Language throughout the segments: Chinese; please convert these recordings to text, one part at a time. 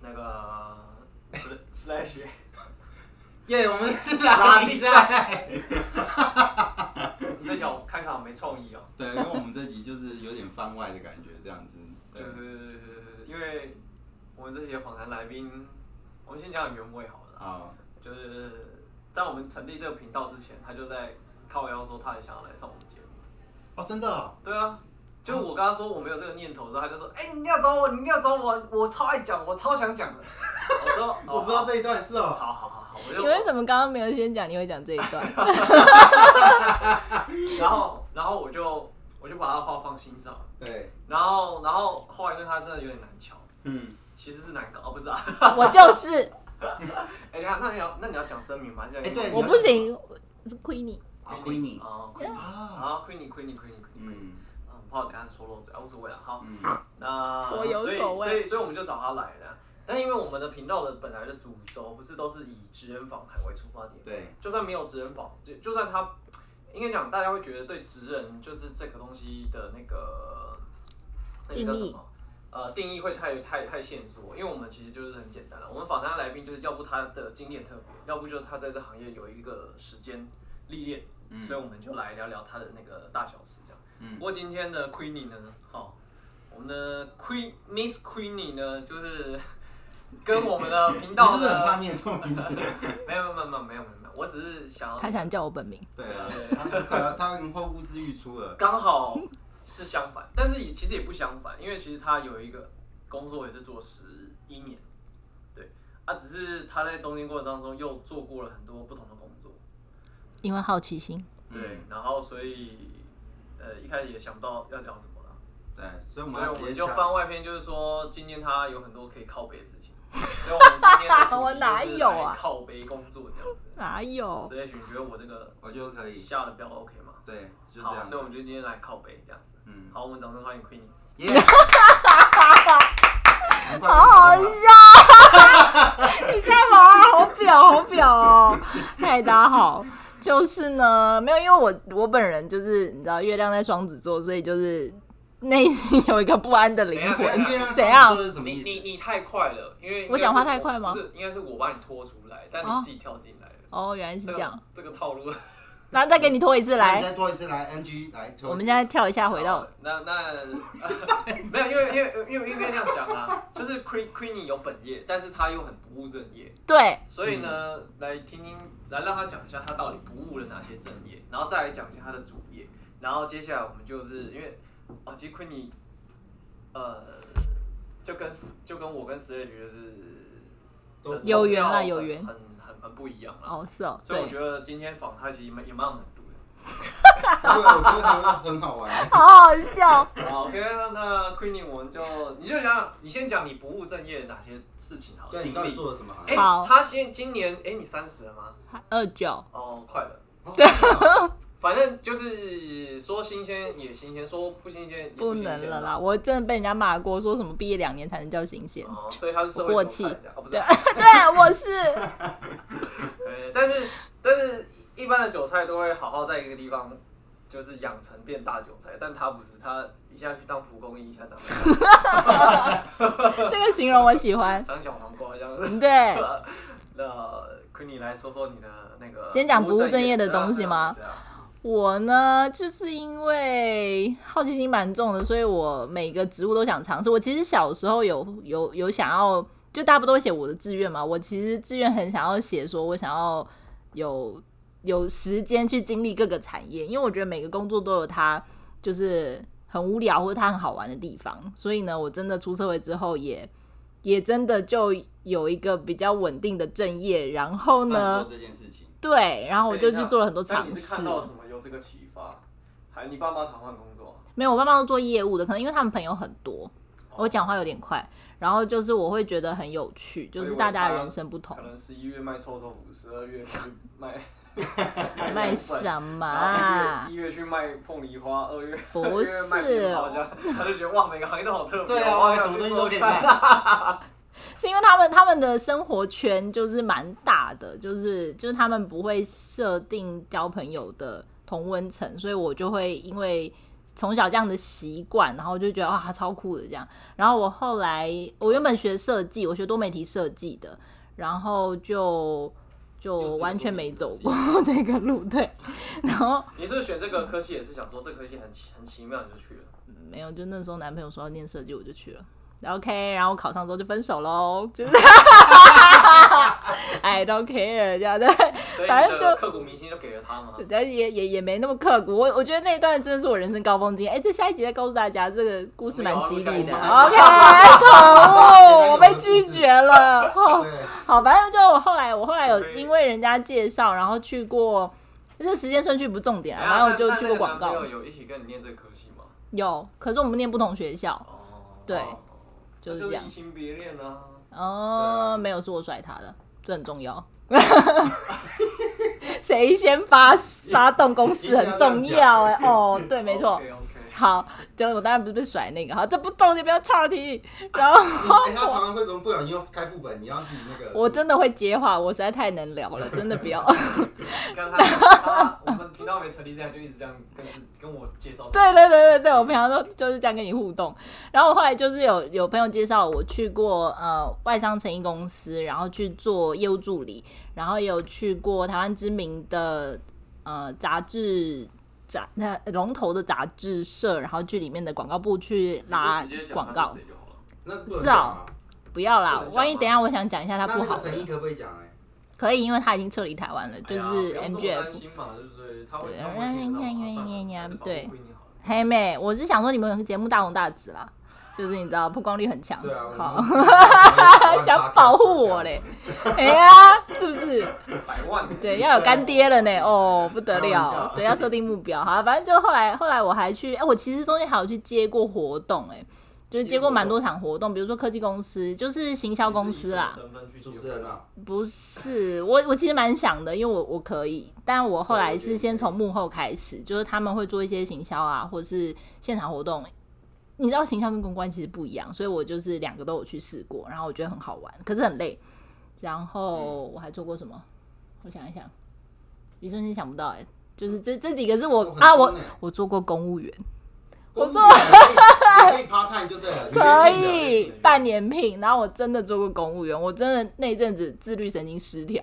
那个 slash 耶、我们是打比赛。你这脚看看好没创意哦，对，因为我们这集就是有点番外的感觉，这样子。对就是因为我们这些访谈来宾，我们先讲讲原委好了啦，好，就是在我们成立这个频道之前，他就在靠腰说他也想要来上我们节目。哦，真的哦、对啊，就是我跟他说我没有这个念头之后，他就说：“哎、你一定要找我，你一定要找我，我超爱讲，我超想讲的。”我说：“哦 我不知道这一段是哦。好好好好，我就你为什么刚刚没有先讲？你会讲这一段？ 然后然后我就我就把他话放心上，对，然后然后后来跟他真的有点难瞧，嗯，其实是难搞哦，不是啊， 我就是，哎、等一下那你要那你要讲真名吗？还是要哎对我不行，我是亏你。啊，归你。哦，亏你啊，啊，亏你亏你亏你亏你，嗯嗯，我怕我等一下说漏嘴，啊，无所谓了，好。嗯，那我有所以口所味以所以我们就找他来的。但因为我们的频道的本来的主轴不是都是以职人访谈为出发点，对，就算没有职人访，就就算他应该讲，大家会觉得对职人就是这个东西的那个那个叫定什义么？呃，定义会太太太限缩，因为我们其实就是很简单了。我们访谈的来宾就是要不他的经验特别，要不就是他在这行业有一个时间历练，嗯所以我们就来聊聊他的那个大小事这样。嗯不过今天的 Queenie 呢，哦，我们的 Queen Miss Queenie 呢，就是跟我们的频你道是不是很怕的念错名字？没有没有没有没有没有没有，我只是想要他想叫我本名，对啊，他他他会呼之欲出了。刚好是相反，但是也其实也不相反，因为其实他有一个工作也是做十一年，对，啊，只是他在中间过程当中又做过了很多不同的工作，因为好奇心。对嗯，然后所以呃一开始也想不到要聊什么了。对，所所以以我们要我直接们就敲番外篇，就是说今天他有很多可以靠背的事 情，所以我们今天的主题就是 我哪有啊来靠背工作这样子。哪有？所以你觉得我这个我就哦可以。下的标 OK 吗？对，就这好，样所以。我们就今天来靠背这样子。嗯，好，我们掌声欢迎 Queenie。耶！好好 你干嘛？好表，好表哦！嗨，大家好，就是呢，没有，因为我我本人就是你知道，月亮在双子座，所以就是内心有一个不安的灵等一下魂。等一笑。怎样这是什么你意你思？你太快了，因为我讲话太快吗不是，应该是我把你拖出来，但哦你自己跳进来了。哦，原来是这这样个。这个套路。然后再给你拖一次你来，再做一次来，NG 来。我们现在跳一下回到好那那 没有，因为因为因为应该这样讲啊，就是 Queen Queenie 有本业，但是他又很不务正业。对，所以呢，嗯来听听，来让他讲一下他到底不务了哪些正业，然后再来讲一下他的主业，然后接下来我们就是因为，哦，其实 Queenie，呃，就跟就跟我跟 s l a 就是都有缘啦啊，有缘很很很不一样啦。哦是哦，所以我对，觉得今天访他其实也蛮也蛮有难度的。 对，我觉得很好 玩。好好笑。好，OK，那哦 Queenie 我们就你就讲，你先讲你不务正业的哪些事情好了，对，经你到底历。做了什么？啊哎、好他先今年哎、你三十了吗？二九，哦，快了。 对，反正就是说新鲜也新鲜，说不新鲜也不新能鲜了啦！。我真的被人家骂过，说什么毕业两年才能叫新 鲜。哦，所以他是社会过韭菜气这样哦，不是对啊， 对，我是对，但是但是一般的韭菜都会好好在一个地方就是养成变大韭菜，但他不是，他一下去当蒲公英，一下当这个形容我喜欢。当小黄瓜这样子。对，那坤，你来说说你的那个先讲不务正正业的对啊东西对啊吗对啊，我呢，就是因为好奇心蛮重的，所以我每个职务都想尝试。我其实小时候有有有想要，就大家不都会写我的志愿嘛？我其实志愿很想要写，说我想要有有时间去经历各个产业，因为我觉得每个工作都有它就是很无聊或者它很好玩的地方。所以呢，我真的出社会之后也也真的就有一个比较稳定的正业，然后做呢，这件事情。对，然后我就等一去下做了很多那尝啊你是试。看到什么有这个启发？还你爸妈常换工作没有，我爸妈都做业务的，可能因为他们朋友很多，哦我讲话有点快，然后就是我会觉得很有趣，就是大家的人生不啊，同可。能十一月卖臭豆腐，十二月去卖。 卖什 么然后啊一？月一月去卖凤梨花，二月不二月卖鞭炮是这样他就觉得哇，每个行业都好特别。对啊，哇我什么东西都可以。卖。是因为他们他们的生活圈就是蛮大的，就是就是他们不会设定交朋友的同温层，所以我就会因为从小这样的习惯，然后我就觉得哇，超酷的这样。然后我后来，我原本学设计，我学多媒体设计的，然后就就完全没走过 这个路，对。然后你是不是选这个科系也是想说这科系很奇很奇妙，你就去了？没有，就那时候男朋友说要念设计，我就去了。OK，然后考上之后就分手喽， 就是 I don't care 这样 的。所以反你正的就刻骨铭心就给了他嘛。然后也也也没那么刻苦。我我觉得那一段真的是我人生高峰经验。哎、这下一集再告诉大家，这个故事蛮激励的。我 OK，我可 们哦恶，我被拒绝了。哦，对，哎好，反正就我后来我后来有准备因为人家介绍，然后去过。这时间顺序不重点啊，然反后正我就去过广告。有一起跟你念这个科系吗？有，可是我们念不同学校哦，对哦就是那这样移情别恋啊。对，哦啊没有是我甩他的，这很重要。 谁先发发动攻势很重要哎、哦，对，没错。 OK OK。好，就我当然不是被甩那个，好，这不重点，不要岔题。然后 哎，他常常会怎么不小心又开副本，你要自己那个。哦我真的会接话，我实在太能聊了，真的不要。你看他，他我们频道没成立，这样就一直这样跟自跟我介绍。对对对对对，我平常都就是这样跟你互动。然后我后来就是有有朋友介绍我去过呃外商成衣公司，然后去做业务助理，然后也有去过台湾知名的呃杂志杂那龙头的杂志社，然后去里面的广告部去拉你就直接讲广他告是。谁就好了那不能是啊讲啊，不要不啦能，讲万一吗等一下我想讲一下那他不那好个的陈，毅可不可以讲？哎，可以，因为他已经撤离台湾了，就哎呀是不要这么 MGF 担。心嘛，对不对？他会对他会听得到哎呀嘛，算呀呀呀了，还是保护对 Queenie 好了黑妹，我是想说你们有个节目大红大紫啦，就是你知道曝光率很强。对啊，我好， 们想保护我嘞，哎呀，是不是？百万。对，要有干爹了呢，哦，不得开玩笑了，对，要设定目标。好，反正就后来，后来我还去，哎、我其实中间还有去接过活动、哎，就是接过蛮多场活动，比如说科技公司，就是行销公司啦你是以什么身份去接主持人啊，不是，我我其实蛮想的，因为我我可以，但我后来对我觉是得先可以从幕后开始，就是他们会做一些行销啊，或是现场活动。你知道行销跟公关其实不一样，所以我就是两个都有去试过，然后我觉得很好玩，可是很累。然后我还做过什么？我想一想，一瞬间想不到哎、就是这这几个是我哦很啊，多我呢我做过公务员，我做啊可以 part time 就对了，你可可以以半年聘，然后我真的做过公务员，我真的那一阵子自律神经失调，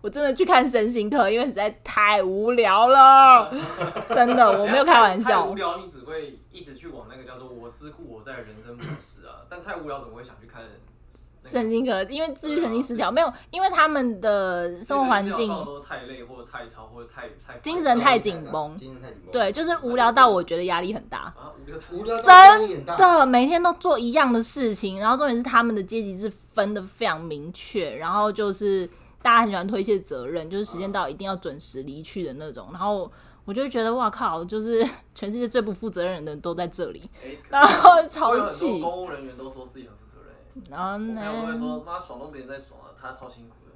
我真的去看身心科，因为实在太无聊了， 真的我没有开玩太笑无。聊，你只会一直去往那个叫做“我思故我在，人生不是”啊。但太无聊，怎么会想去看那个神经科，因为自律神经失调没有，因为他们的生活环其实你是境要，到都太累，或者太吵，或者太太精神太紧绷精神太紧绷，对，就是无聊到我觉得压力很大。啊无聊太无聊到真压力很大，的每天都做一样的事情，然后重点是他们的阶级是分的非常明确，然后就是大家很喜欢推卸责任，就是时间到一定要准时离去的那种，然后。我就会觉得哇靠，就是全世界最不负责任的人都在这里， 哎可然后是会有超很多气，公务人员都说自己很负责任，哎然后我朋友都会呢，说妈爽都别人在爽啊，他超辛苦的。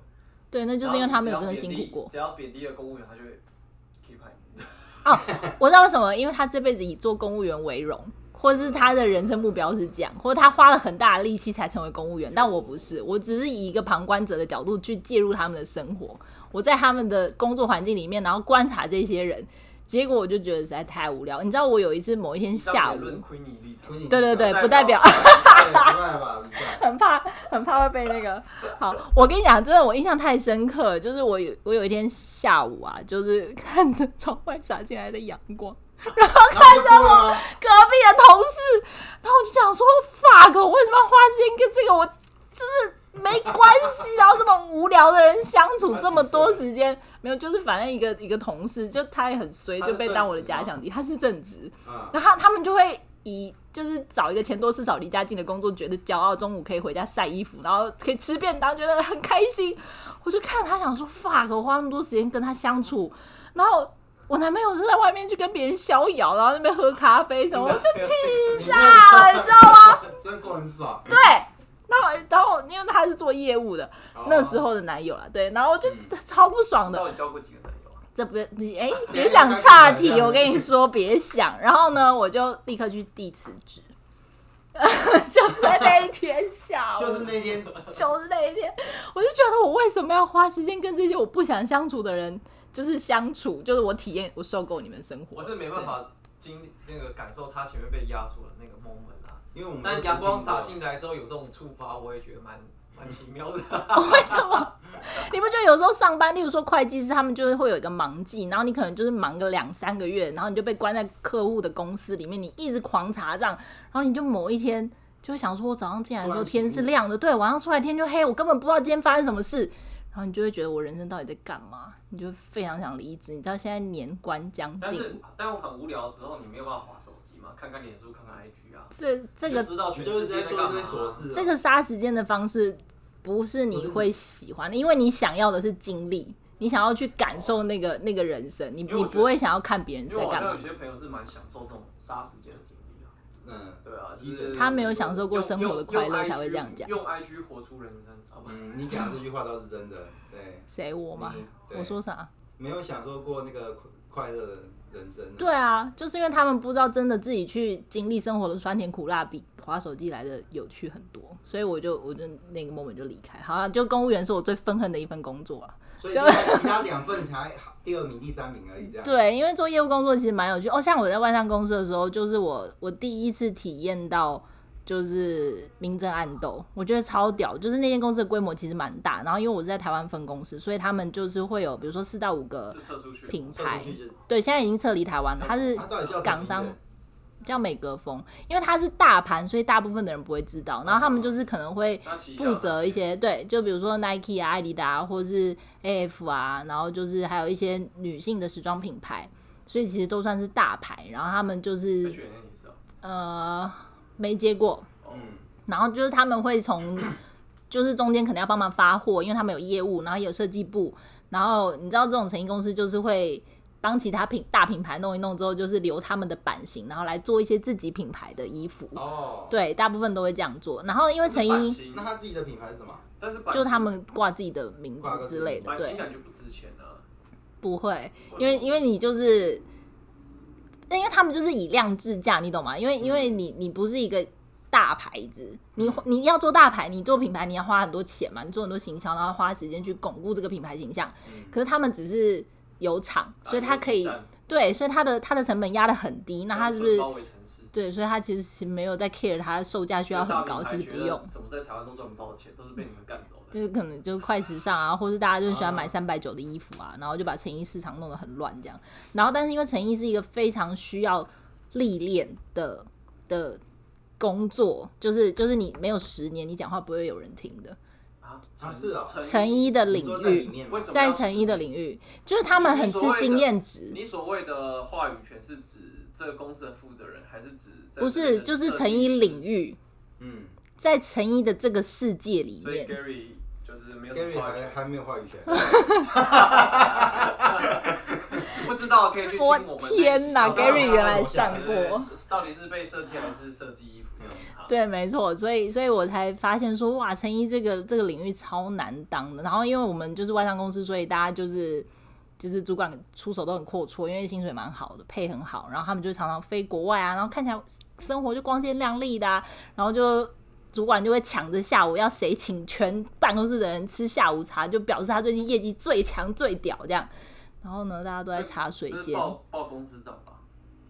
对，嗯那就是因为他们有真的辛苦然后过。你只要贬低只要贬低了公务员，他就会 keep 派你。我知道为什么，因为他这辈子以做公务员为荣，或是他的人生目标是这样，或者他花了很大的力气才成为公务员。但我不是，我只是以一个旁观者的角度去介入他们的生活，我在他们的工作环境里面，然后观察这些人。结果我就觉得实在太无聊。你知道我有一次某一天下午，论亏你立场，所以你对对对，不不代代表表 对，不赖吧，不赖。很怕很怕会被那个。好，我跟你讲，真的，我印象太深刻了，就是我有我有一天下午啊，就是看着窗外洒进来的阳光，然后就哭了吗？隔壁的同事，然后我就想说，fuck，我为什么要花时间跟这个我就是没关系，然后这么无聊的人相处这么多时间？没有，就是反正一个一个同事，就他也很衰，他是就被当我的假想敌，他是正直，啊，然后他他们就会以。就是找一个钱多事少、离家近的工作，觉得骄傲，中午可以回家晒衣服，然后可以吃便当，觉得很开心。我就看他想说，fuck，我花那么多时间跟他相处，然后我男朋友就在外面去跟别人逍遥，然后在那边喝咖啡嗯 什么，我就气你知道吗？真过很爽。对，然后然后因为他是做业务的，那时候的男友啦，对，然后我就嗯超不 爽的，到底交过几个男友啊？这不你 哎，等一下别想岔等一题，下我跟你说别想。然后呢，我就立刻去递辞职， 就在那一天下午，就是那天，就是那一天，我就觉得我为什么要花时间跟这些我不想相处的人就是相处，就是我体验我受够你们的生活，我是没办法经那个感受他前面被压缩的那个 moment 啊。因为我们但阳光洒进来，来之后有这种触发，我也觉得蛮蛮奇妙的。 为什么？你不觉得有时候上班，例如说会计师，他们就是会有一个忙季，然后你可能就是忙个两三个月，然后你就被关在客户的公司里面，你一直狂查账，然后你就某一天就会想说，我早上进来的时候突然天是醒悟亮的，对，晚上出来天就黑，我根本不知道今天发生什么事，然后你就会觉得我人生到底在干嘛？你就非常想离职。你知道现在年关将但近，是，但我很无聊的时候，你没有办法划手机嘛，看看脸书，看看 IG 啊，这这你就个知道全就是世在界在做干这些琐嘛。事啊。这个杀时间的方式不是你会喜欢的，因为你想要的是经历，你想要去感受那个、那个人生，你因为我你觉得不会想要看别人因为在我好干像有嘛。些朋友是蛮享受这种杀时间的经历啊。嗯，对啊，基就是本他没有享受过生活的快乐才会这样讲用 IG 活出人生，啊好吧？嗯，你讲的这句话倒是真的，对。谁我嗯吗？你对我说啥？没有享受过那个快快乐的人生、啊。对啊，就是因为他们不知道真的自己去经历生活的酸甜苦辣，比划手机来的有趣很多，所以我就我就那个 moment 就离开。好啊像就公务员是我最愤恨的一份工作啊。所以另外其他两份才第二名、第三名而已，这样。，对，因为做业务工作其实蛮有趣哦。像我在外商公司的时候，就是我我第一次体验到就是明争暗斗，我觉得超屌。就是那间公司的规模其实蛮大，然后因为我是在台湾分公司，所以他们就是会有比如说四到五个就撤出去。品牌出。去就对，现在已经撤离台湾了，它是他到底叫什么名字港商叫美格风，因为它是大盘，所以大部分的人不会知道。然后他们就是可能会那旗下负责一些对，就比如说 Nike 啊、艾迪达啊或是 AF 啊，然后就是还有一些女性的时装品牌，所以其实都算是大牌。然后他们就那是选那也是哦呃没接过，嗯，然后就是他们会从就是中间可能要帮忙发货，因为他们有业务，然后也有设计部，然后你知道这种成衣公司就是会。帮其他品大品牌弄一弄之后，就是留他们的版型，然后来做一些自己品牌的衣服。哦，对，大部分都会这样做。然后因为成版衣，型那他自己的品牌是什么？但是版就型他们挂自己的名挂字个之类的，版型对，感觉不值钱啊，不会，或者因为因为你就是，因为他们就是以量制价，你懂吗？因为因为你你不是一个大牌子，你你要做大牌，你做品牌你要花很多钱嘛，你做很多行销，然后花时间去巩固这个品牌形象。可是他们只是嗯啊有厂，所以他可以打游击战对，所以他的他的成本压得很低，那他是不乡村是？包围城市？对，所以他其实没有在 care 他售价需要很高，其实不用。，怎么在台湾都赚不到钱，都是被你们干走的。就是可能就是快时尚啊，或是大家就喜欢嗯买三百九的衣服啊，然后就把成衣市场弄得很乱这样。然后，但是因为成衣是一个非常需要历练的的工作，就是就是你没有十年，你讲话不会有人听的。啊啊是哦成衣的你领说在里域，面吗为？什么在成衣的领域，就是他们很吃经验值。你所谓的话语权是指这个公司的负责人，还是指在不这是，个就是成衣领域，嗯在成衣的这个世界里设计面师？所，以 Gary 就是没有什，Gary 么话语还权，还没有话语权。不知道可以去听我们那一集天哪好吧，Gary 原来上 对对过。对是到底是被设计还是设计衣服？好对，没错，所以所以我才发现说，哇，成衣这个这个领域超难当的。然后因为我们就是外商公司，所以大家就是就是主管出手都很阔绰，因为薪水蛮好的，配很好，然后他们就常常飞国外啊，然后看起来生活就光鲜亮丽的、啊，然后就。主管就会抢着下午要谁请全办公室的人吃下午茶，就表示他最近业绩最强最屌这样。然后呢，大家都在茶水这是间，报报公司账吧？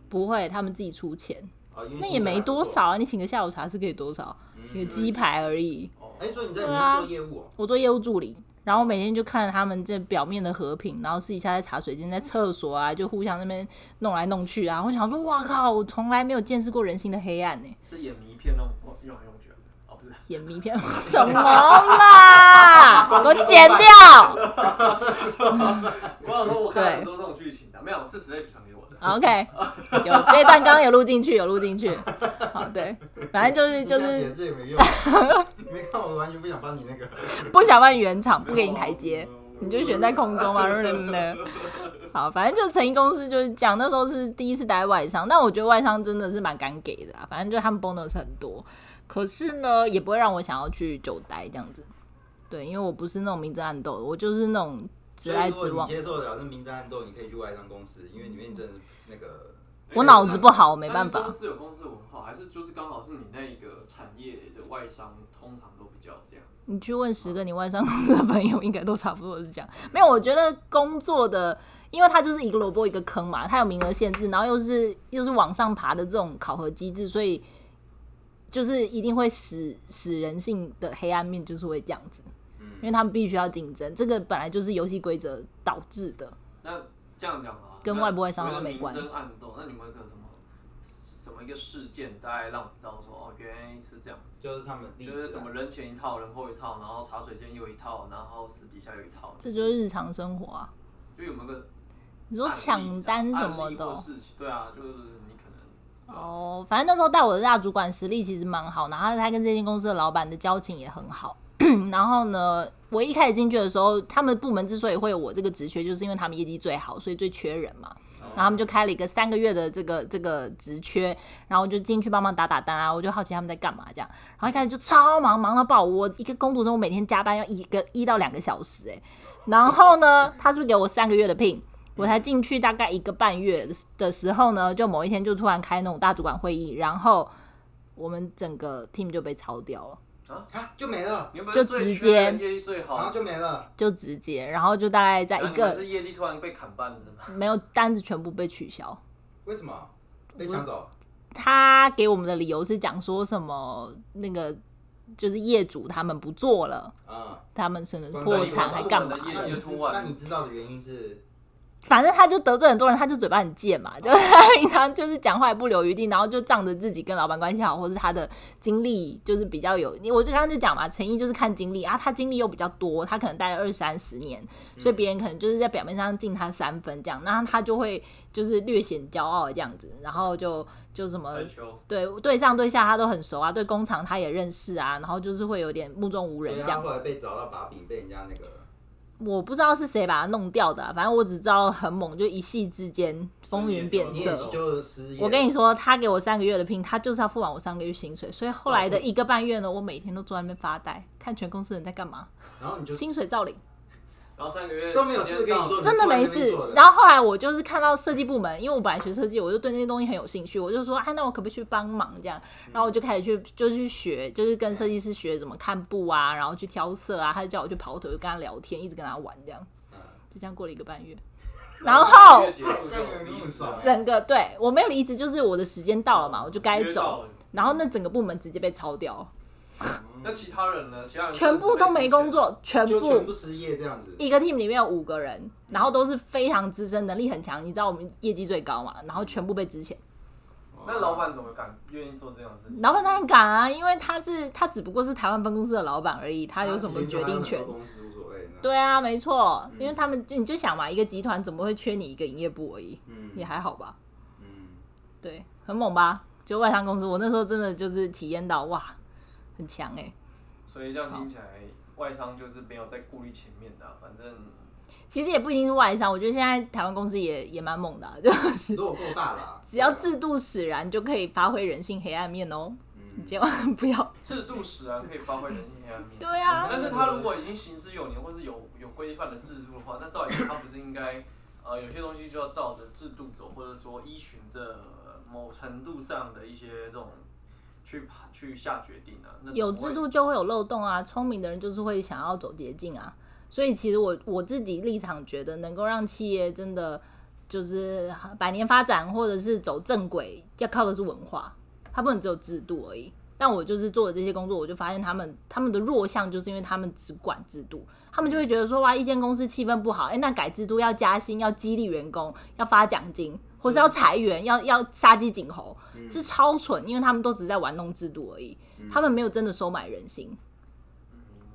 不会，他们自己出钱，哦，因为 那也没多少啊。你请个下午茶是可以多少？啊嗯请个鸡排而已。哦，哎，所以你在里对啊面做业务哦？我做业务助理，然后每天就看着他们这表面的和平，然后私底下在茶水间、在厕所啊，就互相那边弄来弄去啊。我想说，哇靠，我从来没有见识过人性的黑暗呢、是演迷片那种用来用去的哦，不是演迷片什么啦？给我剪掉。我想说，我看了很多这种剧情的，没有是 Slash 传给我的。 OK，有这一段刚刚有录进去，有录进去。好，对，反正就是就你这样解是释也没用啊。 没看我完全不想帮你那个。不想帮你圆场，不给你台阶。嗯你就悬在空 中嘛，嗯的。好，反正就成衣公司就是讲，那时候是第一次待外商，但我觉得外商真的是蛮敢给的啊。反正就他们 bonus 很多，可是呢，也不会让我想要去久待这样子。对，因为我不是那种明争暗斗的，我就是那种直所来以如直果往你。接受得了那明争暗斗，你可以去外商公司，因为里面真的那个我脑子不好，没办但是法公。司有公司文化，还是就是刚好是你那一个产业的外商，通常都比较这样。你去问十个你外商公司的朋友，应该都差不多是这样。没有，我觉得工作的，因为它就是一个萝卜一个坑嘛，它有名额限制，然后又是又是往上爬的这种考核机制，所以就是一定会使使人性的黑暗面就是会这样子，因为嗯，他们必须要竞争，这个本来就是游戏规则导致的。那这样讲啊，跟那外部外商觉得没关明争暗斗，那你们有个什么什么一个事件，大概让你知道说哦，原来是这样子，就是他们例就是子什啊么人前一套，人后一套，然后茶水间又一套，然后私底下又一套，这就是日常生活啊。就有没有个你说案例啊抢单什么的案例或哦、事情，对啊，就是你可能哦，反正那时候带我的大主管实力其实蛮好，然后他跟这间公司的老板的交情也很好。 然后呢，我一开始进去的时候，他们部门之所以会有我这个职缺，就是因为他们业绩最好，所以最缺人嘛。然后他们就开了一个三个月的这个这个职缺，然后我就进去帮忙打打单啊，我就好奇他们在干嘛这样。然后一开始就超忙，忙到爆，我一个工读生，我每天加班要一个一到两个小时哎、然后呢，他是不是给我三个月的聘？我才进去大概一个半月的时候呢，就某一天就突然开那种大主管会议，然后我们整个 team 就被抄掉了，啊就没了，你有没就有最直缺接人业绩最然后好，就没了，就直接，然后就大概在那一你们个是业绩突然被砍半的吗？没有单子全部被取消。为什么被抢走？他给我们的理由是讲说什么那个就是业主他们不做了，嗯，他们甚至关破在产你们还部干门的嘛业那绩你嗯就知突然啊那你知道的原因是反正他就得罪很多人，他就嘴巴很贱嘛，就是他平常就是讲话也不留余地，然后就仗着自己跟老板关系好，或是他的经历就是比较有，我就刚刚就讲嘛，诚意就是看经历啊，他经历又比较多，他可能待了二三十年，嗯所以别人可能就是在表面上敬他三分这样，那他就会就是略显骄傲这样子，然后就就什么退休，对对上对下他都很熟啊，对工厂他也认识啊，然后就是会有点目中无人所以这啊他样后来子。被找到把柄，被人家那个我不知道是谁把他弄掉的啊、反正我只知道很猛，就一夕之间风云变你也色是。就失业。我跟你说，他给我三个月的聘，他就是要付完我三个月薪水，所以后来的一个半月呢，我每天都坐在那边发呆，看全公司人在干嘛，然后你就薪水照领。然后三个月都没有时间事给你到做，真的没事。然后后来我就是看到设计部门，因为我本来学设计，我就对那些东西很有兴趣，我就说，啊，那我可不可以去帮忙这样？嗯然后我就开始去，就去学，就是跟设计师学怎么看布啊，然后去挑色啊。他就叫我去跑腿，就跟他聊天，一直跟他玩这样，嗯就这样过了一个半月。然后三个月结束就离职了，整个对我没有离职，就是我的时间到了嘛，我就该约走。到了。然后那整个部门直接被抄掉，那其他人呢？其他人全部都没工，作，全嗯就部全部失业这样子。一个 team 里面有五个人，然后都是非常资深，能力很强。你知道我们业绩最高嘛？然后全部被支遣。哦那老板怎么敢愿意做这样的事情？老板当然敢啊，因为他是他只不过是台湾分公司的老板而已，他有什么其实决定他权很？多公司无所谓。那，对啊，没错，啊嗯因为他们就你就想嘛，一个集团怎么会缺你一个营业部而已？也嗯还好吧，嗯，对，很猛吧？就外商公司，我那时候真的就是体验到哇，很强哎、所以这样听起来，外商就是没有在顾虑前面的啊、反正其实也不一定是外商，我觉得现在台湾公司也也蛮猛的啊、就是如果够大啦， 只要对啊制度使然，就可以发挥人性黑暗面哦。 你嗯千万不要。制度使然可以发挥人性黑暗面。 对啊，但是他如果已经行之有年，或是有有规范的制度的话，那照理说他不是应该，呃，有些东西就要照着制度走，或者说依循着某程度上的一些这种去去下决定啊。那怎么会有制度就会有漏洞啊，聪明的人就是会想要走捷径啊。所以其实我我自己立场觉得，能够让企业真的就是百年发展，或者是走正轨，要靠的是文化，它不能只有制度而已。但我就是做了这些工作，我就发现他们他们的弱项就是因为他们只管制度，他们就会觉得说哇，一间公司气氛不好，哎、那改制度要加薪，要激励员工，要发奖金，或嗯是要裁员，要要杀鸡儆猴，是超蠢，因为他们都只是在玩弄制度而已，他们没有真的收买人心。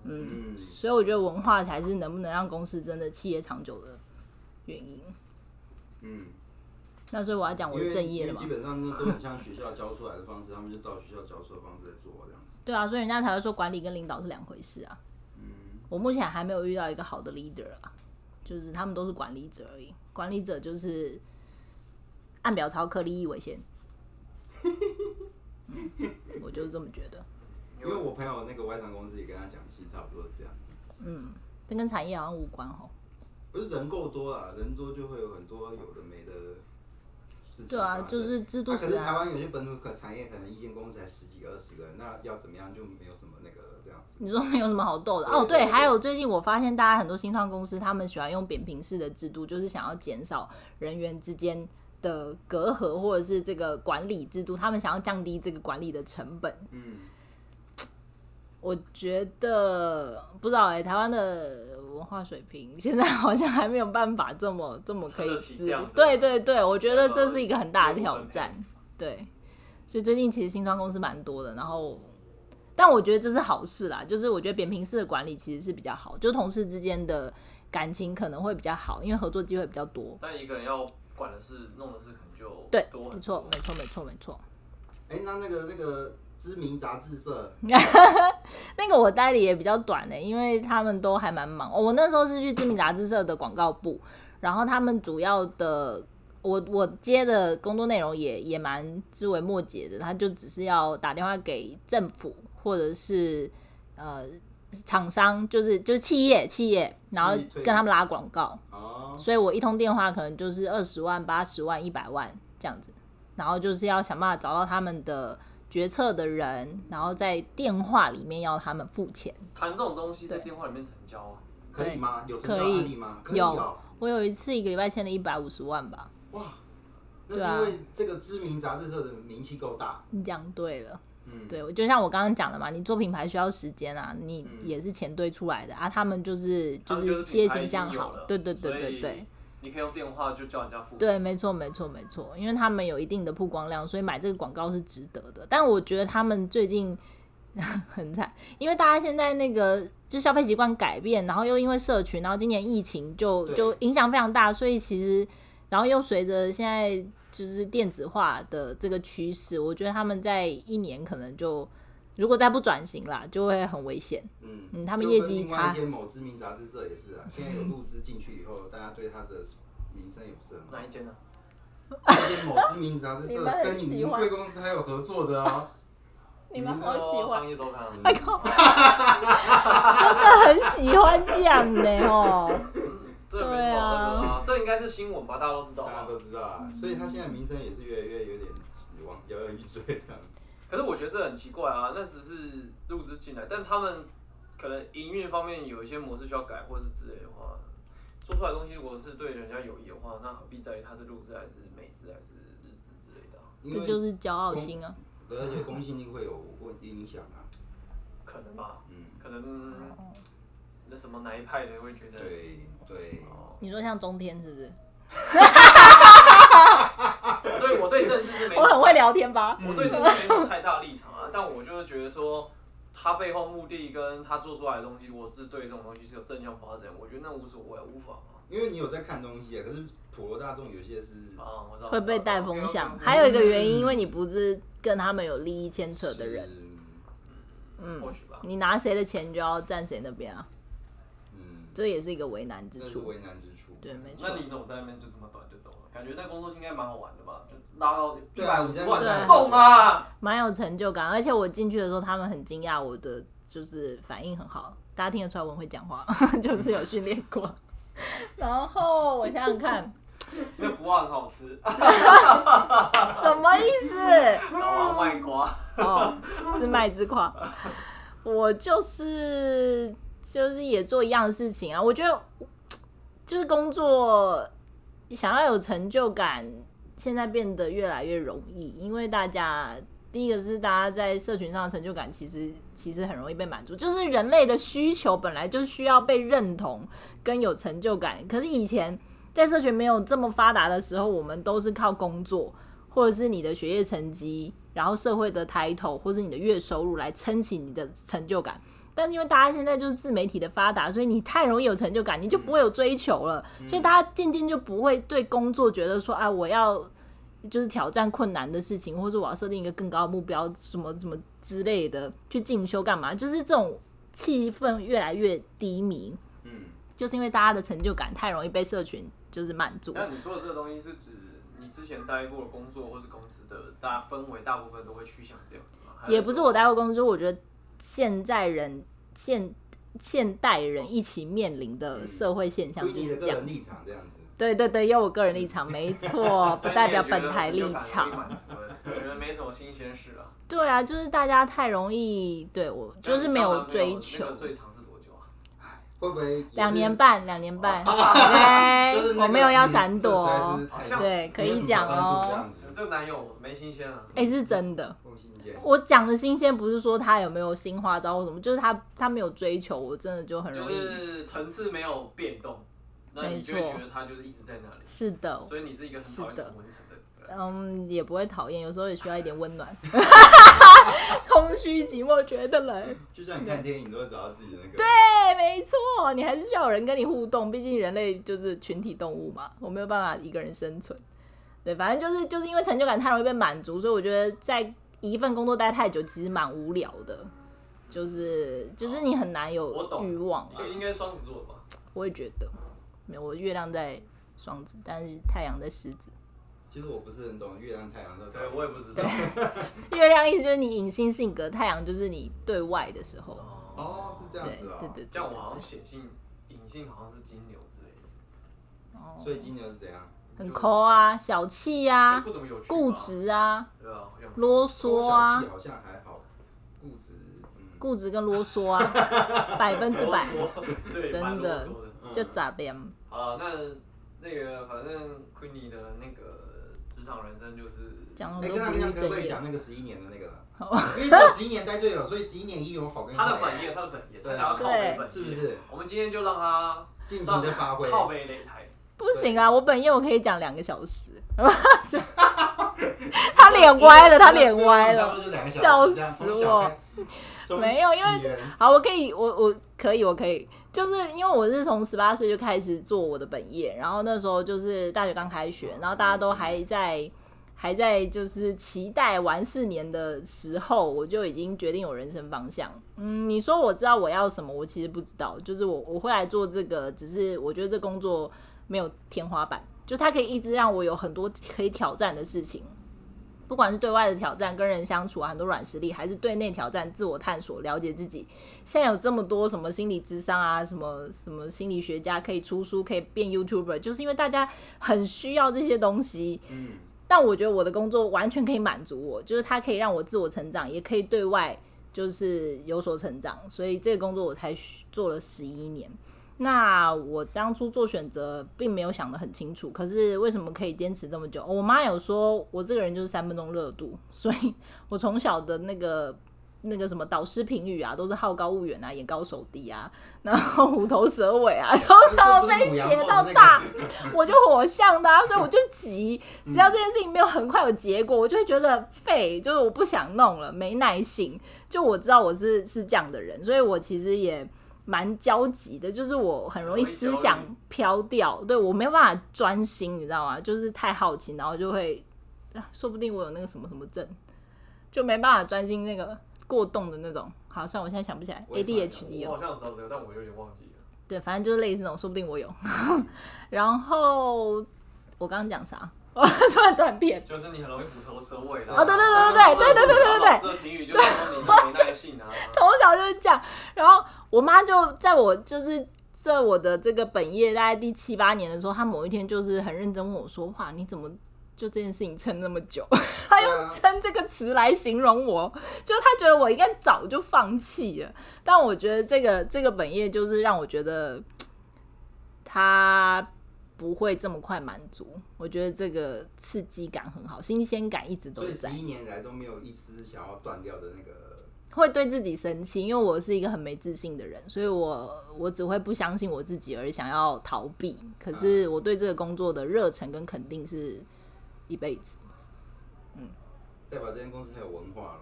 嗯，所以我觉得文化才是能不能让公司真的企业长久的原因。嗯，那所以我要讲我因的为正业了因为嘛基，本上那都很像学校教出来的方式，他们就照学校教出来的方式在做这样子。对啊，所以人家才会说管理跟领导是两回事啊。嗯，我目前还没有遇到一个好的 leader 啊，就是他们都是管理者而已，管理者就是按表操课，利益 为先。嗯我就是这么觉得，因为我朋友那个外商公司也跟他讲，其实差不多是这样子，嗯，这跟产业好像无关哦。啊不是人够多啦，人多就会有很多有的没的事情对发，啊生就是制度啊那可使是台然。湾有些本土可产业可能一间公司才十几二十个人，那要怎么样就没有什么那个这样子。你说没有什么好斗的对哦？对对，对还有最近我发现，大家很多新创公司他们喜欢用扁平式的制度，就是想要减少人员之间的隔阂，或者是这个管理制度，他们想要降低这个管理的成本。嗯，我觉得不知道哎、台湾的文化水平现在好像还没有办法这么这么可撑以得起自这律样的。对对对，我觉得呃这是一个很大的业务挑分配战。对，所以最近其实新创公司蛮多的，然后但我觉得这是好事啦，就是我觉得扁平式的管理其实是比较好，就同事之间的感情可能会比较好，因为合作机会比较多。但一个人要管的事、弄的事，可能就对多，很没错多，没错，没错，没错。哎、那那个那个知名杂志社，那个我待的也比较短的、因为他们都还蛮忙、哦我那时候是去知名杂志社的广告部，然后他们主要的我我接的工作内容也也蛮枝微末节的，他就只是要打电话给政府或者是呃厂商，就是就是企业企业，然后企业对跟他们拉广告，哦，所以我一通电话可能就是二十万、八十万、一百万这样子，然后就是要想办法找到他们的决策的人，然后在电话里面要他们付钱。谈这种东西在对电话里面成交啊，可以吗？有成可交以案例吗？可以有哦我有一次一个礼拜签了一百五十万吧，哇，那对啊是因为这个知名杂志社的名气够大。你讲对了，嗯，对，我就像我刚刚讲的嘛，你做品牌需要时间啊，你嗯也是钱堆出来的啊，他们就是他们是是企业品牌形已经象有好了，对对对所对以对。你可以用电话就叫人家付钱。对，没错，没错，没错，因为他们有一定的曝光量，所以买这个广告是值得的。但我觉得他们最近 很惨，因为大家现在那个就消费习惯改变，然后又因为社群，然后今年疫情就对就影响非常大，所以其实然后又随着现在就是电子化的这个趋势，我觉得他们在一年可能就如果再不转型啦，就会很危险。嗯嗯他们就业跟绩另外差一间某知名杂志社也是啊，现在有入资进去以后，大家对它的名声也不是很 好。哪一间呢、那间某知名杂志你社们很跟你喜们欢贵公司还有合作的哦。 嗯你们好说商业周刊啊。哎靠！ 真的很喜欢这样的哦。这个没对什么好啊那个啊，这应该是新闻吧，大家都知道大家吧。都知道啊，所以他现在名声也是越来越有点往摇摇欲坠这样子。可是我觉得这很奇怪啊，那只是入职进来，但他们可能营运方面有一些模式需要改，或是之类的话，做出来的东西如果是对人家有益的话，那何必在意它是入职还是美职还是日职之类的啊、 因这为就是骄傲心啊！而且公信力会有会影响啊，可能吧，嗯，可能那什么哪一派的会觉得，对对，哦，你说像中天是不是？我对我对政治是没，我很会聊天吧？我对政治没什么太大立场啊，但我就是觉得说。他背后目的跟他做出来的东西，我是对这种东西是有正向发展，我觉得那无所谓，无妨啊。因为你有在看东西啊，可是普罗大众有些是啊，我知道会被带风向。 OK，OK，OK 还有一个原因，因为你不是跟他们有利益牵扯的人，是，嗯或，许吧。你拿谁的钱就要站谁那边啊，嗯，这也是一个为难之这是处。为难之处。对，没错那。你怎么在那边就这么短就走了？感觉那工作应该蛮好玩的吧？就拉到一对百啊五十万对送啊！蛮有成就感，而且我进去的时候，他们很惊讶我的就是反应很好，大家听得出来我很会讲话， 就是有训练过。 然后我想想看，那不忘很好 吃，什么意思？老王卖瓜。哦，自卖自夸。我就是就是也做一样的事情啊，我觉得就是工作想要有成就感，现在变得越来越容易，因为大家。第一个是大家在社群上的成就感，其实其实很容易被满足，就是人类的需求本来就需要被认同跟有成就感。可是以前在社群没有这么发达的时候，我们都是靠工作，或者是你的学业成绩，然后社会的 title 或是你的月收入来撑起你的成就感。但是因为大家现在就是自媒体的发达，所以你太容易有成就感，你就不会有追求了。嗯所以大家渐渐就不会对工作觉得说，啊，我要就是挑战困难的事情，或者我要设定一个更高的目标，什么什么之类的，去进修干嘛？就是这种气氛越来越低迷，嗯，就是因为大家的成就感太容易被社群就是满足。 那你说的这个东西是指你之前待过的工作或是公司的大氛围，大部分都会趋向这样子吗？还也不是说我待过公司，就是我觉得现在人现现代人一起面临的社会现象归就你的是这个样人子。立场这样子，对对对，有我个人立场，没错，不代表本台立场。我觉得没什么新鲜事啊。对啊，就是大家太容易对我，啊就是没有追求那。个最长是多久啊？会不会两年？半，两年半，哎哦 就是那个我没有要闪躲哦嗯，这实在是太对可以讲哦这样子这男友没新鲜啊了。哎，是真的。不新鲜。我讲的新鲜不是说他有没有新花招或什么，就是他他没有追求，我真的就很就容易。是层次没有变动，那你就会觉得他就是一直在那里，是的，所以你是一个很讨厌是的同温层的人。嗯，也不会讨厌，有时候也需要一点温暖。 空虚寂寞觉得冷，就像你看电影，你都会找到自己的那个。对，没错，你还是需要有人跟你互动，毕竟人类就是群体动物嘛，我没有办法一个人生存。对，反正就是就是因为成就感太容易被满足，所以我觉得在一份工作待太久其实蛮无聊的，就是就是你很难有我懂欲望你啊。是应该双子座吧？我也觉得，没有，我月亮在双子，但是太阳在狮子。其实我不是很懂月亮、太阳的。对，我也不知道。月亮意思就是你隐性性格，太阳就是你对外的时候。 哦，哦，是这对样子对哦。对对，这样我好像对显性隐性好像是金牛之类的，哦所以金牛是怎样？很就抠啊，小气啊就，不怎么有趣吧固，执啊，对啊，好像是啰嗦啊哦我小气，好像还好，固执。嗯。固执跟啰嗦 啊，百分之百啰嗦，对，真蛮啰的嗦的。嗯就咋变？好了，那那个反正 Queenie 的那个职场人生就是讲很哎，多跟他哦不们可务不可正以业。讲那个十一年的那个好？因为只有十一年待最久，所以十一年一有好跟他的坏本业，他的本业，他对啊想要靠背本业，是不？是？我们今天就让他尽情的发挥。靠背擂台，不行啊，我本业我可以讲两个 小时。 他脸啊歪了，他脸歪了，笑死我。！ 没有因为好，我可以，我我可以，我可以，就是因为我是从十八岁就开始做我的本业，然后那时候就是大学刚开学，然后大家都还在还在就是期待玩四年的时候，我就已经决定我人生方向。嗯，你说我知道我要什么，我其实不知道，就是我我会来做这个，只是我觉得这工作没有天花板，就它可以一直让我有很多可以挑战的事情。不管是对外的挑战、跟人相处啊，很多软实力，还是对内挑战、自我探索、了解自己。现在有这么多什么心理智商啊，什么什么心理学家可以出书，可以变 YouTuber，就是因为大家很需要这些东西。嗯，但我觉得我的工作完全可以满足我，就是它可以让我自我成长，也可以对外就是有所成长，所以这个工作我才需做了十一年。那我当初做选择并没有想得很清楚，可是为什么可以坚持这么久？我妈有说我这个人就是三分钟热度，所以我从小的那个那个什么导师评语啊，都是好高骛远啊，眼高手低啊， 然后虎头蛇尾啊，从小被写到大，我就火象的、啊，所以我就急，只要这件事情没有很快有结果，我就会觉得废，就是我不想弄了，没耐性。就我知道我是是这样的人，所以我其实也蛮焦急的，就是我很容易思想容易焦虑飘掉，对我没有办法专心，你知道吗？就是太好奇，然后就会，啊说不定我有那个什么什么症，就没办法专心那个过动的那种。好，算我现在想不起来我也想不起来，ADHD 我好哦，像知道这个，但我有点忘记了。对，反正就是类似那种，说不定我有。 然后我刚刚讲啥？ 我突然断片。就是你很容易虎头蛇尾嗯啦。哦，对对对对对啊对对对对老师的评语就是说你很没耐性啊。 从小就是这样。然后我妈就在我就是在我的这个本业大概第七八年的时候，她某一天就是很认真问我说：“哇，你怎么就这件事情撑那么久？” 她用“撑”这个词来形容我，就她觉得我应该早就放弃了。但我觉得这个这个本业就是让我觉得她不会这么快满足，我觉得这个刺激感很好，新鲜感一直都所以在十。一年来都没有一丝想要断掉的那个。会对自己生气，因为我是一个很没自信的人，所以我我只会不相信我自己而想要逃避。可是我对这个工作的热忱跟肯定是一辈子。代表这间公司很有文化咯。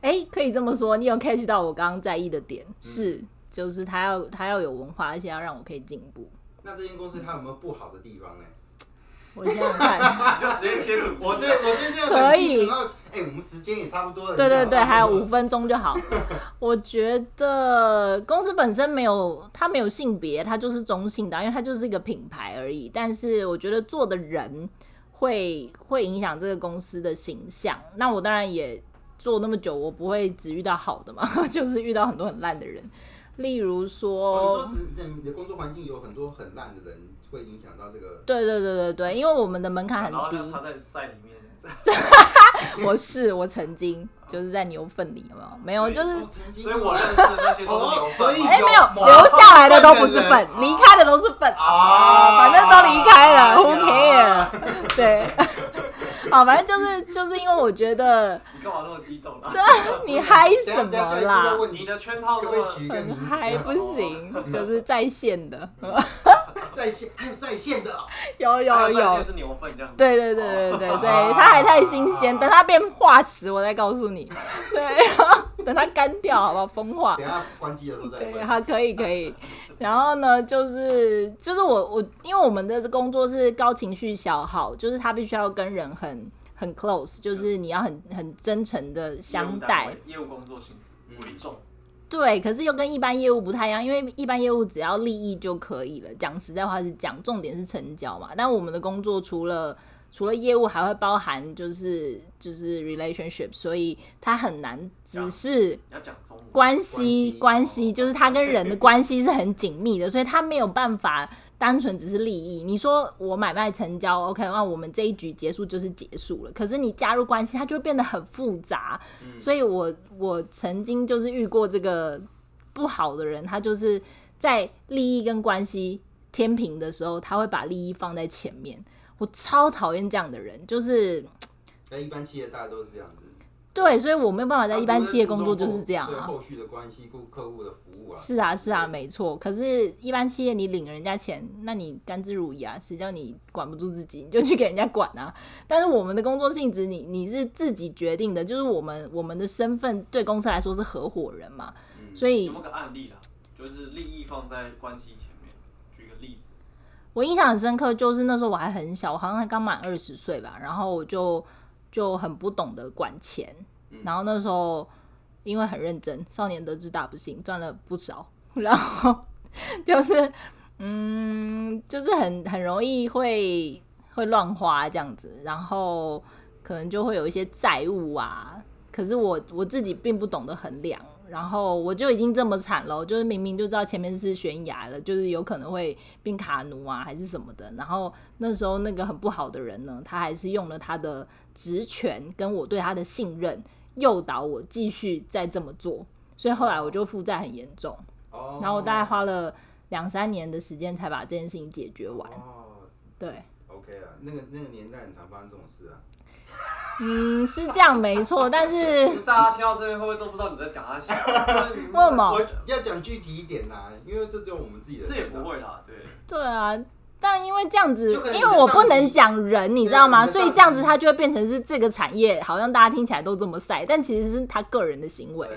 哎，可以这么说，你有 catch 到我刚刚在意的点是，就是他要他要有文化，而且要让我可以进步。那这间公司它有没有不好的地方呢？我现在看，你就直接切主题。我对我对这个可以然后哎，我们时间也差不多了。对对你知对，道吗还有五。分钟就好。我觉得公司本身没有，它没有性别，它就是中性的啊，因为它就是一个品牌而已。但是我觉得做的人会会影响这个公司的形象。那 我当然也做那么久，我不会只遇到好的嘛，就是遇到很多很烂的人。例如哦说，你说只你的工作环境有很多很烂的人，会影响到这个对对对对对，因为我们的门槛然后很低。他他在赛里面，我是我曾经就是在牛粪里，有没有？没有，就是哦曾经所以我认识的那些都是哦牛，所以粪嘛。 哎、没有有留下来的都不是粪，离开的都是粪啊反正都离开了，Who 哎呀 care？对， 好，反正就是就是因为我觉得你干嘛那么激动啊？这你嗨等什一下等一下么下一步要啦？问你你的圈套那可不可以么举一个很名字嗨不哦行， 就是在线的，在线还有在线的哦，有他有的战有线，是牛粪这样子。对对对对对，所啊以它还太新鲜，等它变化石我再告诉你，对，然后等它干掉好不好？风化等。一下关机的时候再对，问。 好，可以可以。然后呢，就是就是我我，因为我们的工作是高情绪消耗，就是他必须要跟人很很 close，就是你要很很真诚的相待。业务单位业务工作性质为重，对，可是又跟一般业务不太一样，因为一般业务只要利益就可以了。讲实在话是讲，重点是成交嘛。但我们的工作除了除了业务，还会包含就是就是 relationship，所以它很难只是你要讲中文。关系关关系系，就是他跟人的关系是很紧密的，所以他没有办法单纯只是利益。你说我买卖成交，OK，那我们这一局结束就是结束了。可是你加入关系，它就会变得很复杂。所以我我曾经就是遇过这个不好的人，他就是在利益跟关系天平的时候，他会把利益放在前面。我超讨厌这样的人，就是那一般企业大家都是这样子，对，所以我没有办法在一般企业工作就是这样对啊。后续的关系、顾客户的服务啊，是啊，是啊，对没错。可是，一般企业你领人家钱，那你甘之如饴啊，谁叫你管不住自己，你就去给人家管啊。但是我们的工作性质你，你是自己决定的，就是我们我们的身份对公司来说是合伙人嘛，嗯所以有没有个案例啦？就是利益放在关系前面，举个例子。我印象很深刻，就是那时候我还很小，我好像才刚满二十岁吧，然后我就就很不懂得管钱，然后那时候因为很认真，少年得志大不幸，赚了不少，然后 就是嗯，就是很很容易会会乱花这样子，然后可能就会有一些债务啊，可是我我自己并不懂得衡量。然后我就已经这么惨了，就是明明就知道前面是悬崖了，就是有可能会并卡奴啊，还是什么的。然后那时候那个很不好的人呢，他还是用了他的职权跟我对他的信任，诱导我继续再这么做。所以后来我就负债很严重，哦，然后我大概花了两三年的时间才把这件事情解决完。哦对， ，OK 啊，那个那个年代很常发生这种事啊，嗯，是这样没错，但就是是大家听到这边会不会都不知道你在讲他小？就是你为什么我要讲具体一点呐，因为这只有我们自己的，是也不，会啦，对。对啊。但因为这样子，就可能因你为的我上不能级讲人，你知对道啊吗？你的所以上这样子，级它就会变成是这个产业，好像大家听起来都这么晒，但其实是他个人的行为对。，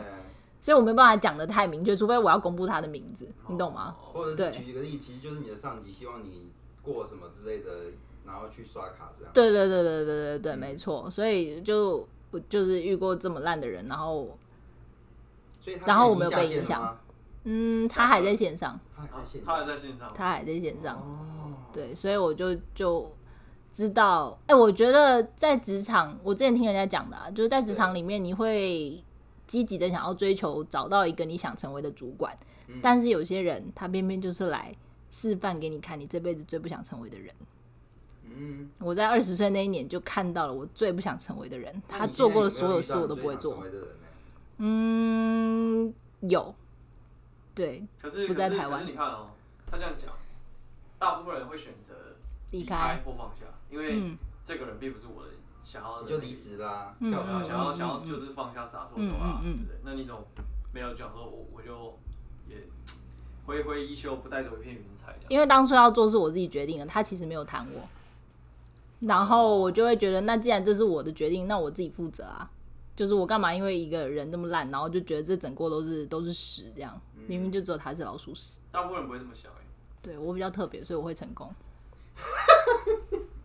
所以我没办法讲的太明确，除非我要公布他的名字，你懂吗？哦？或对者是举一个例，其实就是你的上级希望你过什么之类的，然后去刷卡这样，对对对对对对对，嗯没错。所以就我就是遇过这么烂的人，然后所以他然后我们没有被影响，嗯，他还在线上，他还在线哦他上还在线上，他还在线上，哦，对，所以我就就知道，哎、我觉得在职场，我之前听人家讲的、啊，就是在职场里面，你会积极的想要追求找到一个你想成为的主管，嗯但是有些人他偏偏就是来示范给你看，你这辈子最不想成为的人。嗯，我在二十岁那一年就看到了我最不想成为的人，那他你做现在过的没所有遇事到我你都最不会想做成。为的人呢嗯，有，对，可是不在可是台湾可是你看哦，他这样讲，大部分人会选择离开开，或放下，因为嗯这个人并不是我的想要你的就那个离职啦，嗯跳对啊，槽想要嗯想要就是放下洒脱走啊，对不对？那你怎么没有讲说我我就也挥挥衣袖，不带走一片云彩这样？因为当初要做是我自己决定的，他其实没有谈我，然后我就会觉得，那既然这是我的决定，那我自己负责啊。就是我干嘛因为一个人这么烂，然后就觉得这整锅都是都是屎，这样嗯嗯明明就只有他是老鼠屎。大部分人不会这么想哎、对我比较特别，所以我会成 功。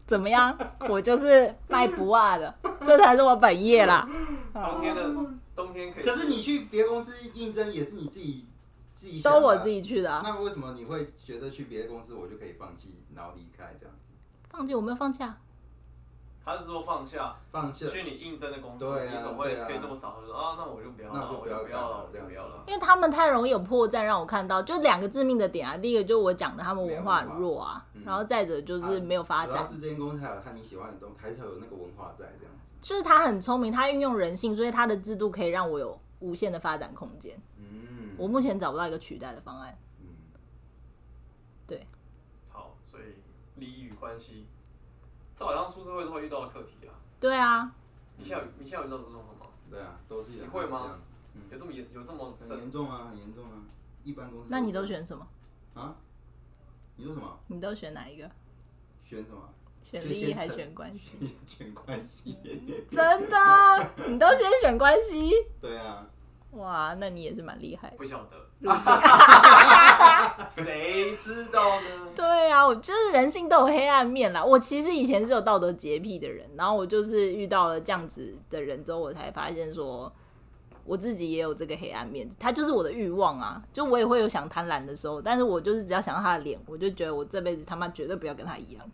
怎么样？我就是卖不二的，这才是我本业啦。冬天的哦冬天可以，可是你去别的公司应征也是你自己自己想都的啊我自。己去的、啊，那为什么你会觉得去别的公司我就可以放弃，然后离开这样子？放弃我没有放弃啊，他是说放下放下，去你应征的工作，对啊你总会对啊可以这么少，就说啊，那我就不要那了，就我不要不要干了，了我这就样不要子了。因为他们太容易有破绽，让我看到就两个致命的点啊。第一个就是我讲的，他们文化很弱啊，没有文化嗯然后再者就是没有发主展。要是这间公司还有和你喜欢的东西，还是有那个文化在这样子。就是他很聪明，他运用人性，所以他的制度可以让我有无限的发展空间。嗯，我目前找不到一个取代的方案。嗯，好，所以利益与关系，这好像出社会都会遇到的课题啊。对啊，你嗯现在有你现在有遇到这种状况吗？对啊，都是有你会吗这样子？有这么严有这么深嗯很严重啊，很严重啊，一般公司。那你都？选什么？啊？你说什么？你都选哪一个？选什么？ 选就利益先还成选关 系？选关系？嗯真的，你都先选关系？对啊，哇，那你也是蛮厉害的。不晓得，入定 谁知道呢？对啊，我就是人性都有黑暗面啦。我其实以前是有道德洁癖的人，然后我就是遇到了这样子的人之后，我才发现说我自己也有这个黑暗面。它就是我的欲望啊，就我也会有想贪婪的时候，但是我就是只要想到他的脸，我就觉得我这辈子他妈绝对不要跟他一样。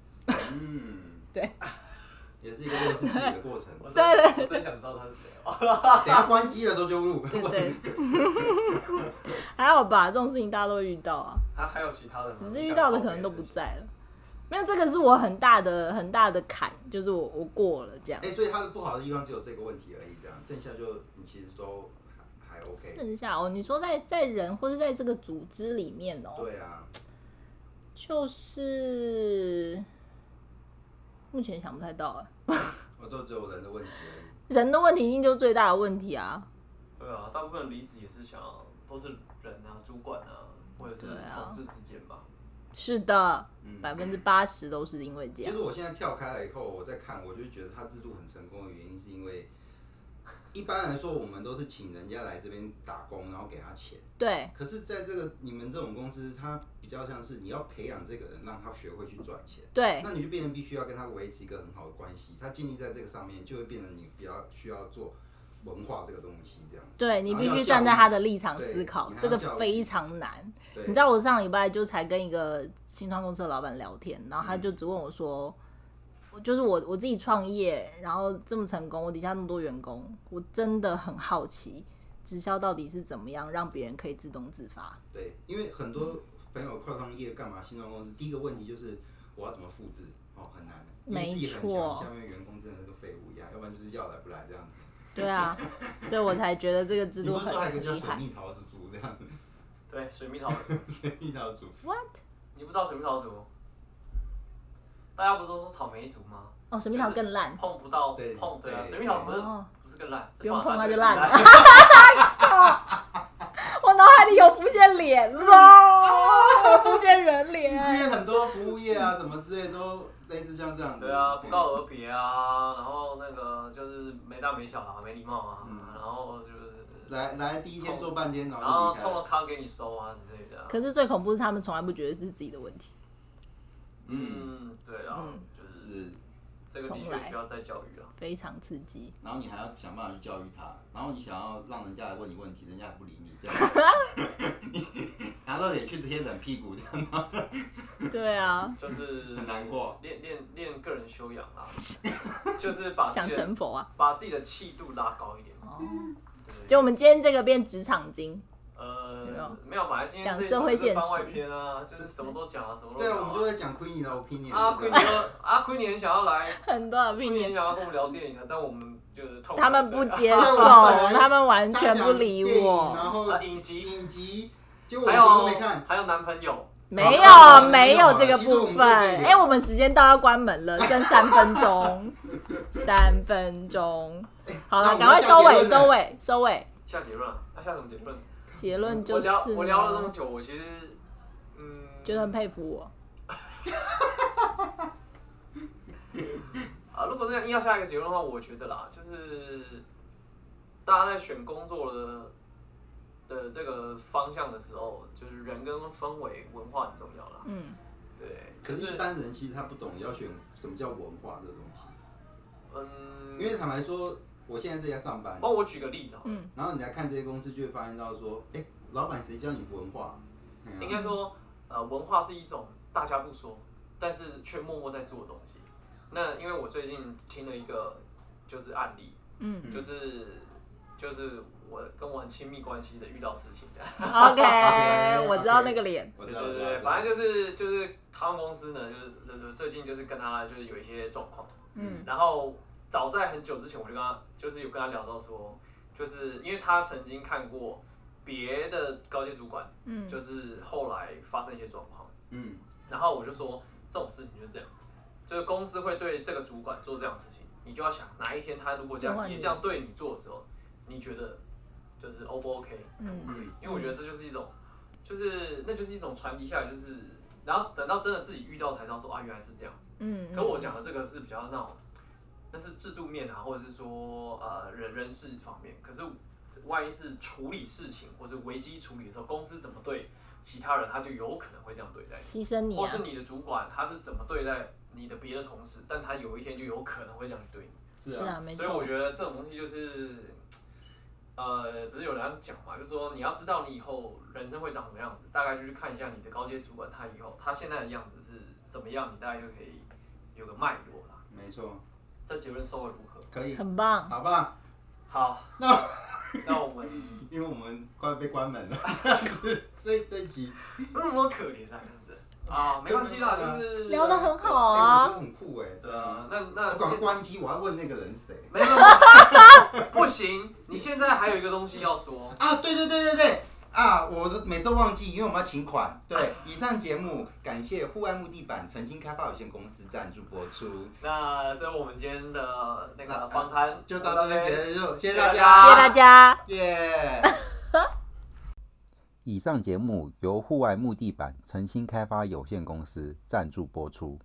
嗯，对， 也是一个认识自己的 过程。我真我真想知道他是谁哦。等一下关机的时候就录。对对，还好吧，这种事情大家都会遇到啊，他还有其他的吗，只是遇到的可能都不在了。没有，这个是我很大的很大的坎，就是我我过了这样哎、。所以它的不好的地方只有这个问题而已，这样剩下就你其实都还还 OK。剩下哦，你说在在人或者在这个组织里面哦，对啊，就是目前想不太到哎，我都只有人的问题而已。人的问题一定就是最大的问题啊。对啊，大部分离职也是想都是人啊、主管啊，或者是对啊同事之间吧。是的，嗯百分之八十都是因为其这样实。我现在跳开了以后，我再看，我就觉得它制度很成功的原因，是因为一般来说我们都是请人家来这边打工，然后给他钱。对，可是，在这个你们这种公司，它比较像是你要培养这个人，让他学会去赚钱。对，那你就变成必须要跟他维持一个很好的关系，他建立在这个上面，就会变成你比较需要做文化这个东西这样子。对你必然后须要站在教育他的立场对思考你，还这个要教育非常难。对，你知道我上礼拜就才跟一个新创公司的老板聊天，然后嗯他就只问我说，我就是我我自己创业，然后这么成功，我底下那么多员工，我真的很好奇，直销到底是怎么样让别人可以自动自发？对，因为很多朋友跨创业干嘛？新创公司第一个问题就是我要怎么复制，哦，很难，因为没自己很错强，下面员工真的跟废物一样，要不然就是要来不来这样子。对啊，所以我才觉得这个制你度不是很说还有一很个叫厉水害。 蜜桃子族这样子，对，水蜜桃族， 水蜜桃族， What？你不知道水蜜桃族？大家不都说草莓族吗？哦，水蜜桃更烂，碰不到对碰对啊，对水蜜桃不是哦不是更烂，不用碰它它就烂烂了。。我脑海里有浮现脸了，浮现人因 脸。为很多服务业啊什么之类都类似像这样子。对啊，不告而别啊，然后那个就是没大没小啊，没礼貌啊，嗯然后就是来来第一天做半天，然然后后就离冲开了了。咖给你收啊之类的啊。可是最恐怖是他们从来不觉得是自己的问题。嗯，嗯，对啦嗯，就是是，这个的重确来需要再教育啦。啊非常刺 激，然后你还要想办法去教育他，然后你想要让人家来问你问题，人家还不理你，这样子， 你拿到脸去贴冷屁股这样吗？对啊， 就是很难过练练练个人修养 啦，就是把自想己的成佛啊！把自己的气度拉高一点。哦，对就我们今天这个变职场经，呃没有没有，本来今天讲这一社会集就是现番外实篇啊，就是什么都讲啊，什么都对啊，讲我们就在讲 Queenie 的 opinion 啊，这奎样尼说 啊，奎尼很想要来，很多奎尼很 opinion，想要跟我们聊电影啊，但我们就是痛他们不接。接受，他们完全不理大家讲电影然我，后啊影集影集，结果我还们什么都没有看。还有男朋友，没有好没有这个其实我部们分。这个哎，我们时间到要关门了，剩三分钟，三分钟，那好我了，们赶要快收尾，结论了收尾，收尾。下结论啊，那下什么结论？结论我就是聊我聊了这么呢久，我其实嗯，觉得很佩服我。啊，如果这样硬要下一个结论的话，我觉得啦，就是大家在选工作的的这个方向的时候，就是人跟氛围、文化很重要啦。嗯，对，可是，就一般人其实他不懂要选什么叫文化这个东西，嗯，哦因为坦白说，我现在在家上班，帮我举个例子好了，嗯然后你来看这些公司，就会发现到说，哎，老板谁教你文化？哎呀应该说，呃，文化是一种大家不说，但是却默默在做的东西。那因为我最近听了一个就是案例，嗯就是就是我跟我很亲密关系的遇到事情的， ，OK，我知道那个脸，我对知道，对我知对道，对，反正就是就是他们公司呢，就是就是最近就是跟他就是有一些状况，嗯然后早在很久之前我就跟他就是有跟他聊到说，就是因为他曾经看过别的高阶主管，嗯就是后来发生一些状况。嗯然后我就说这种事情就是这样，就是公司会对这个主管做这样的事情，你就要想哪一天他如果这换样你也这样对你做的时候，你觉得就是 O 不 OK？嗯嗯因为我觉得这就是一种，就是那就是一种传递下来，就是然后等到真的自己遇到才知道说啊原来是这样子。嗯，可我讲的这个是比较那种，那是制度面啊，或者是说呃人人事方面。可是万一是处理事情或者危机处理的时候，公司怎么对其他人，他就有可能会这样对待你。牺牲你或啊是，你的主管他是怎么对待你的别的同事，但他有一天就有可能会这样去对你。是是啊，啊，没所以我错，觉得这种东西就是，呃，不是有人讲嘛，就是说你要知道你以后人生会长什么样子，大概就去看一下你的高阶主管他以后他现在的样子是怎么样，你大概就可以有个脉络啦。没错，这结论收的如何？可以，很棒，好吧， 好，那那我们因为我们快被关门了， 所以这一集为什么可怜啊这样子啊？没关系啦，就是聊得很好哎啊我觉得很酷哎，对对啊啊，，那那那管关机，我要问那个人是谁没有没有不行，你现在还有一个东西要说。啊？对对对对对。啊，我每次忘记，因为我们要请款。对，以上节目感谢户外木地板诚心开发有限公司赞助播出。那这是我们今天的那个访谈，就到这边结束，谢谢大谢谢谢谢家，大家。耶。 以上节目由户外木地板诚心开发有限公司赞助播出。